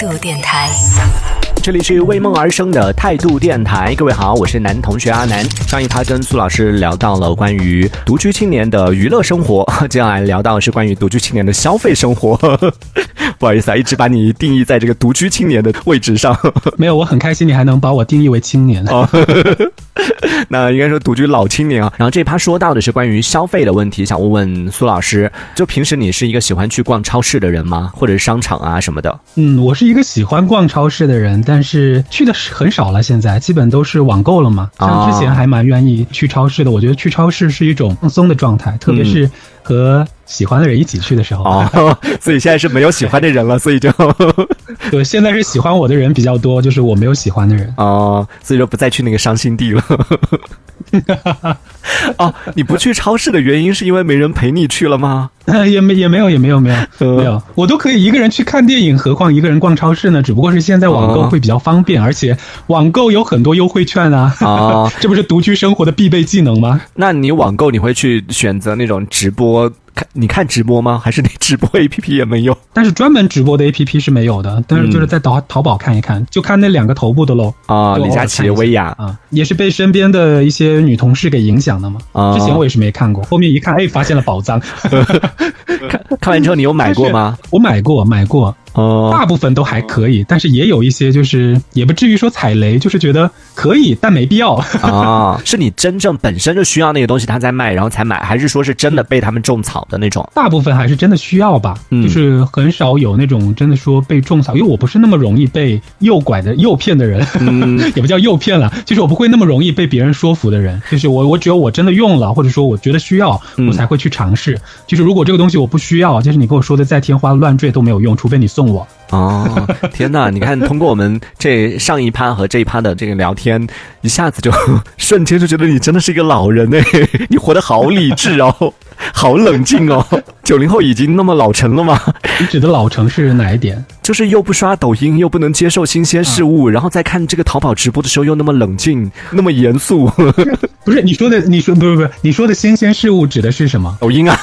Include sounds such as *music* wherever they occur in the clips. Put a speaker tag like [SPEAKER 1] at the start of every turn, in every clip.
[SPEAKER 1] 度电台。
[SPEAKER 2] 这里是为梦而生的态度电台，各位好，我是男同学阿南。上一趴跟苏老师聊到了关于独居青年的娱乐生活， *laughs* 接下来聊到的是关于独居青年的消费生活。 *laughs* 不好意思啊，一直把你定义在这个独居青年的位置上。 *laughs*
[SPEAKER 3] 没有，我很开心，你还能把我定义为青年。
[SPEAKER 2] 哦，那应该说独居老青年啊。然后这一趴说到的是关于消费的问题，想问问苏老师，就平时你是一个喜欢去逛超市的人吗？或者商场啊什么的？
[SPEAKER 3] 嗯，我是一个喜欢逛超市的人，但是去的是很少了，现在基本都是网购了嘛。
[SPEAKER 2] 哦
[SPEAKER 3] 像之前还蛮愿意去超市的，我觉得去超市是一种放松的状态，特别是和喜欢的人一起去的时候。
[SPEAKER 2] 嗯哦， *laughs* 所以现在是没有喜欢的人了，所以就
[SPEAKER 3] *laughs* 对，现在是喜欢我的人比较多，就是我没有喜欢的人。 *laughs*
[SPEAKER 2] 哦，所以说不再去那个伤心地了。 *laughs* 哦，你不去超市的原因是因为没人陪你去了吗？呃
[SPEAKER 3] 也没也没有也没有没有
[SPEAKER 2] 嗯
[SPEAKER 3] 没有，我都可以一个人去看电影，何况一个人逛超市呢？只不过是现在网购
[SPEAKER 2] 哦
[SPEAKER 3] 会比较方便，而且网购有很多优惠券啊，
[SPEAKER 2] 哦
[SPEAKER 3] *laughs* 这不是独居生活的必备技能吗？
[SPEAKER 2] 那你网购你会去选择那种直播？看你看直播吗？还是那直播 A P P 也没有？
[SPEAKER 3] 但是专门直播的 APP 是没有的，但是
[SPEAKER 2] 嗯
[SPEAKER 3] 就是在淘淘宝看一看，就看那两个头部的喽。
[SPEAKER 2] 啊、
[SPEAKER 3] 就偶尔
[SPEAKER 2] 李佳琦、
[SPEAKER 3] 看一下
[SPEAKER 2] 薇娅，
[SPEAKER 3] 啊，也是被身边的一些女同事给影响的嘛。
[SPEAKER 2] 哦
[SPEAKER 3] 之前我也是没看过，后面一看，哎，发现了宝藏。 *laughs*
[SPEAKER 2] 看完之后你有买过吗？
[SPEAKER 3] 我买过，买过，
[SPEAKER 2] 哦
[SPEAKER 3] *laughs* 大部分都还可以，但是也有一些就是也不至于说踩雷，就是觉得可以，但没必要。 *laughs*
[SPEAKER 2] 啊，是你真正本身就需要那个东西，他在卖，然后才买，还是说是真的被他们种草的那种？
[SPEAKER 3] 大部分还是真的需要吧，
[SPEAKER 2] 嗯
[SPEAKER 3] 就是很少有那种真的说被种草，因为我不是那么容易被诱拐的、诱骗的人， *laughs*
[SPEAKER 2] 嗯
[SPEAKER 3] 也不叫诱骗了，就是我不会那么容易被别人说服的人，就是我我只有我真的用了，或者说我觉得需要，
[SPEAKER 2] 嗯
[SPEAKER 3] 我才会去尝试。就是如果这个东西我不需要，就是你跟我说的再天花乱坠都没有用，除非你送我。
[SPEAKER 2] 哦，天呐，你看，通过我们这上一趴和这一趴的这个聊天，一下子就瞬间就觉得你真的是一个老人哎， *laughs* 你活得好理智哦，好冷静哦。九零后已经那么老成了吗？
[SPEAKER 3] 你指的老成是哪一点？
[SPEAKER 2] 就是又不刷抖音，又不能接受新鲜事
[SPEAKER 3] 嗯
[SPEAKER 2] 物，然后在看这个淘宝直播的时候又那么冷静，那么严肃。
[SPEAKER 3] 不是你说的，你说不是不是你说的新鲜事物指的是什么？
[SPEAKER 2] 抖音啊，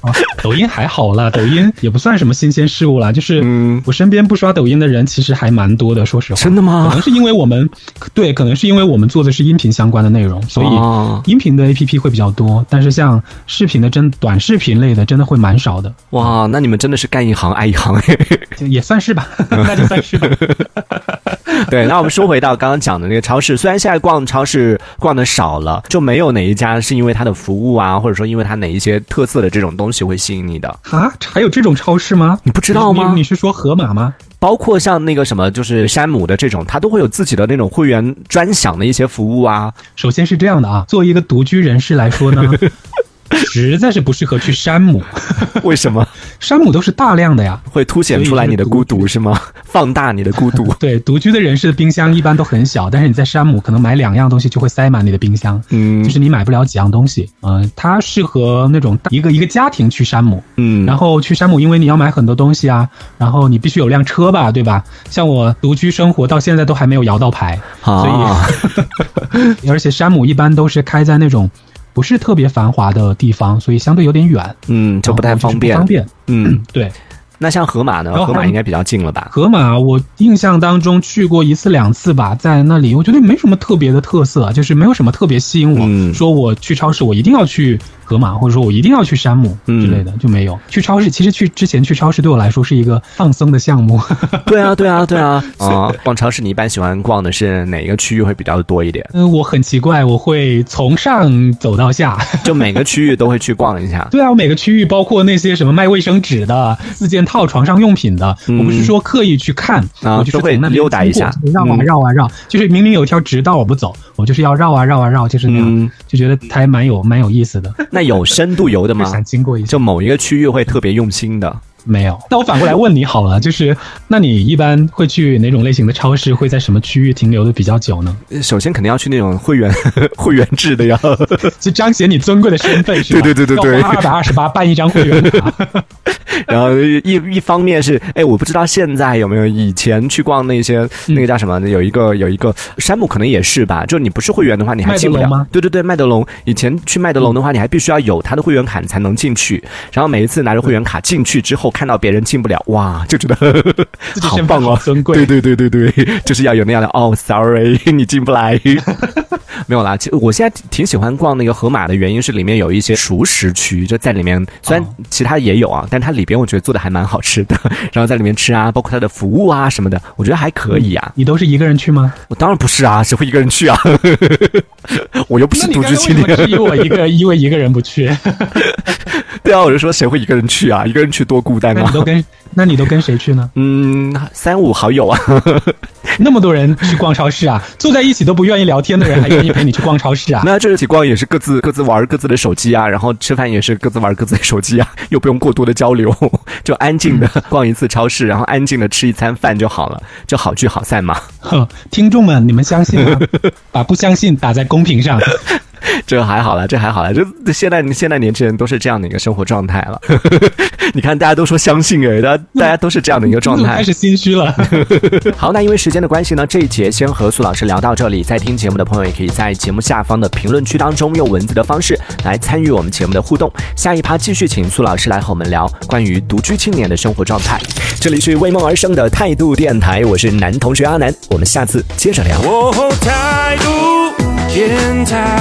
[SPEAKER 3] 啊，抖音还好啦，抖音也不算什么新鲜事物啦。就是
[SPEAKER 2] 嗯
[SPEAKER 3] 我身边不刷抖音的人其实还蛮多的，说实话。
[SPEAKER 2] 真的
[SPEAKER 3] 可
[SPEAKER 2] 吗
[SPEAKER 3] 能？是因为我们，对，可能是因为我们做的是音频相关的内容，所
[SPEAKER 2] 哦
[SPEAKER 3] 以音频的 A P P 会比较多。但是像视频的真短视频类的，真的会蛮少的，
[SPEAKER 2] 哇，那你们真的是干一行爱一行哎。
[SPEAKER 3] 就也算是吧， *laughs* 那就
[SPEAKER 2] *laughs*
[SPEAKER 3] 算是吧。
[SPEAKER 2] 对，那我们说回到刚刚讲的那个超市，虽然现在逛超市逛的少了，就没有哪一家是因为它的服务啊，或者说因为它哪一些特色的这种东西会吸引你的。
[SPEAKER 3] 啊，还有这种超市吗？
[SPEAKER 2] 你不知道吗
[SPEAKER 3] 你你是说盒马吗？
[SPEAKER 2] 包括像那个什么，就是山姆的这种，它都会有自己的那种会员专享的一些服务啊。
[SPEAKER 3] 首先是这样的啊，作为一个独居人士来
[SPEAKER 2] *laughs*
[SPEAKER 3] 说呢，实在是不适合去山姆，
[SPEAKER 2] 为什
[SPEAKER 3] *laughs*
[SPEAKER 2] 么
[SPEAKER 3] 山姆都是大量的呀。。
[SPEAKER 2] 会凸显出来你的孤独是吗？放大你的孤独
[SPEAKER 3] *laughs* 对，独居的人士的冰箱一般都很小，但是你在山姆可能买两样东西就会塞满你的冰箱，
[SPEAKER 2] 嗯
[SPEAKER 3] 就是你买不了几样东西。呃，它适合那种大一个一个家庭去山姆，
[SPEAKER 2] 嗯，
[SPEAKER 3] 然
[SPEAKER 2] 后
[SPEAKER 3] 后去山姆，因为你要买很多东西啊，然后你必须有辆车吧，对吧？像我独居生活到现在都还没有摇到牌，所
[SPEAKER 2] 啊，
[SPEAKER 3] 以，而且山姆一般都是开在那种不是特别繁华的地方，所以相对有点远，
[SPEAKER 2] 嗯，就不太
[SPEAKER 3] 然后
[SPEAKER 2] 方
[SPEAKER 3] 是
[SPEAKER 2] 便。
[SPEAKER 3] 方便，
[SPEAKER 2] 嗯，
[SPEAKER 3] 对。
[SPEAKER 2] 那像盒马呢
[SPEAKER 3] 然？后
[SPEAKER 2] 盒马
[SPEAKER 3] 还
[SPEAKER 2] 应该比较近了吧？
[SPEAKER 3] 河马，我印象当中去过一次两次吧，在那里我觉得没什么特别的特色，就是没有什么特别吸引我，
[SPEAKER 2] 嗯
[SPEAKER 3] 说我去超市我一定要去河马，或者说我一定要去山姆之类
[SPEAKER 2] 嗯
[SPEAKER 3] 的、就没有。去超市其实去之前去超市对我来说是一个放松的项目，
[SPEAKER 2] *laughs* 对啊，对啊，对啊。啊，逛超市你一般喜欢逛的是哪一个区域会比较多一点？
[SPEAKER 3] 嗯，我很奇怪，我会从上走到下。
[SPEAKER 2] *laughs*
[SPEAKER 3] *laughs*
[SPEAKER 2] 就每个区域都会去逛一下。
[SPEAKER 3] 对啊，我每个区域包括那些什么卖卫生纸的、四件套、床上用品的，
[SPEAKER 2] 嗯
[SPEAKER 3] 我不是说刻意去看，
[SPEAKER 2] 啊
[SPEAKER 3] 我就是
[SPEAKER 2] 都会
[SPEAKER 3] 从那边
[SPEAKER 2] 溜达一下
[SPEAKER 3] 经过绕啊
[SPEAKER 2] 嗯
[SPEAKER 3] 绕啊绕，就是明明有一条直道我不走，我就是要绕啊绕啊绕，就是那样，
[SPEAKER 2] 嗯
[SPEAKER 3] 就觉得还蛮有蛮有意思的，
[SPEAKER 2] 那有深度游的
[SPEAKER 3] 就
[SPEAKER 2] *laughs* 吗？
[SPEAKER 3] 想经过一下。
[SPEAKER 2] 就某一个区域会特别用心的。
[SPEAKER 3] 没有。那我反过来问你好了，就是那你一般会去哪种类型的超市？会在什么区域停留的比较久呢？
[SPEAKER 2] 呃首先肯定要去那种会员 *laughs* 会员制的呀。
[SPEAKER 3] 就彰显你尊贵的身份是吧？
[SPEAKER 2] 对对对对对
[SPEAKER 3] 二百二十八办一张会员卡。
[SPEAKER 2] 然后一一方面是，哎，我不知道现在有没有以前去逛那些
[SPEAKER 3] 嗯
[SPEAKER 2] 那个叫什么，有一个有一个山姆可能也是吧，就你不是会员的话，你还进不
[SPEAKER 3] 麦德龙吗
[SPEAKER 2] 了。对对对，麦德龙，以前去麦德龙的话，你还必须要有他的会员卡你才能进去。然后每一次拿着会员卡进去之后，看到别人进不了，哇，就觉得呵呵呵
[SPEAKER 3] 自己
[SPEAKER 2] 好
[SPEAKER 3] 身份
[SPEAKER 2] 棒
[SPEAKER 3] 好
[SPEAKER 2] 哦，
[SPEAKER 3] 尊贵
[SPEAKER 2] 对对对对
[SPEAKER 3] *laughs*
[SPEAKER 2] 对，就是要有那样的哦，sorry，你 *laughs* 进不来。没有啦，其实我现在挺喜欢逛那个盒马的原因是里面有一些熟食区，就在里面，虽然
[SPEAKER 3] 哦
[SPEAKER 2] 其他也有啊，但它里边我觉得做的还蛮好吃的， *laughs* 然后在里面吃啊，包括它的服务啊什么的，我觉得还可以啊。
[SPEAKER 3] 你都是一个人去吗？
[SPEAKER 2] 我当然不是啊，谁会一个人去啊？ *laughs* 我又不
[SPEAKER 3] 那
[SPEAKER 2] 是
[SPEAKER 3] 你
[SPEAKER 2] 独
[SPEAKER 3] 刚才
[SPEAKER 2] 居青
[SPEAKER 3] 为什
[SPEAKER 2] 年
[SPEAKER 3] 么。质疑我一 *laughs* 个，因为一个人不去？
[SPEAKER 2] 对啊，我就说谁会一个人去啊？一个人去多孤单
[SPEAKER 3] 那你
[SPEAKER 2] 啊！
[SPEAKER 3] 都跟那你都跟谁去呢？
[SPEAKER 2] 嗯，三五好友啊，
[SPEAKER 3] 那么多人去逛超市啊，坐在一起都不愿意聊天的人，还愿意陪你去逛超市啊？
[SPEAKER 2] *laughs* 那这起逛也是各自各自玩各自的手机啊，然后吃饭也是各自玩各自的手机啊，又不用过多的交流， *laughs* 就安静的逛一次超市，然后安静的吃一餐饭就好了，就好聚好散嘛。
[SPEAKER 3] 哼，听众们，你们相信
[SPEAKER 2] *laughs*
[SPEAKER 3] 吗？把不相信打在公屏上。
[SPEAKER 2] 这还好啦，这还好啦，这现在现在年轻人都是这样的一个生活状态了。 *laughs* 你看，大家都说相信诶，大家大家都是这样的一个状
[SPEAKER 3] 我
[SPEAKER 2] 态
[SPEAKER 3] 开。始心虚了。
[SPEAKER 2] *laughs* 好，那因为时间的关系呢，这一节先和苏老师聊到这里。在听节目的朋友，也可以在节目下方的评论区当中用文字的方式来参与我们节目的互动。下一趴继续请苏老师来和我们聊关于独居青年的生活状态。这里是为梦而生的态度电台，我是男同学阿南，我们下次接着聊。
[SPEAKER 1] 哦，态度电台。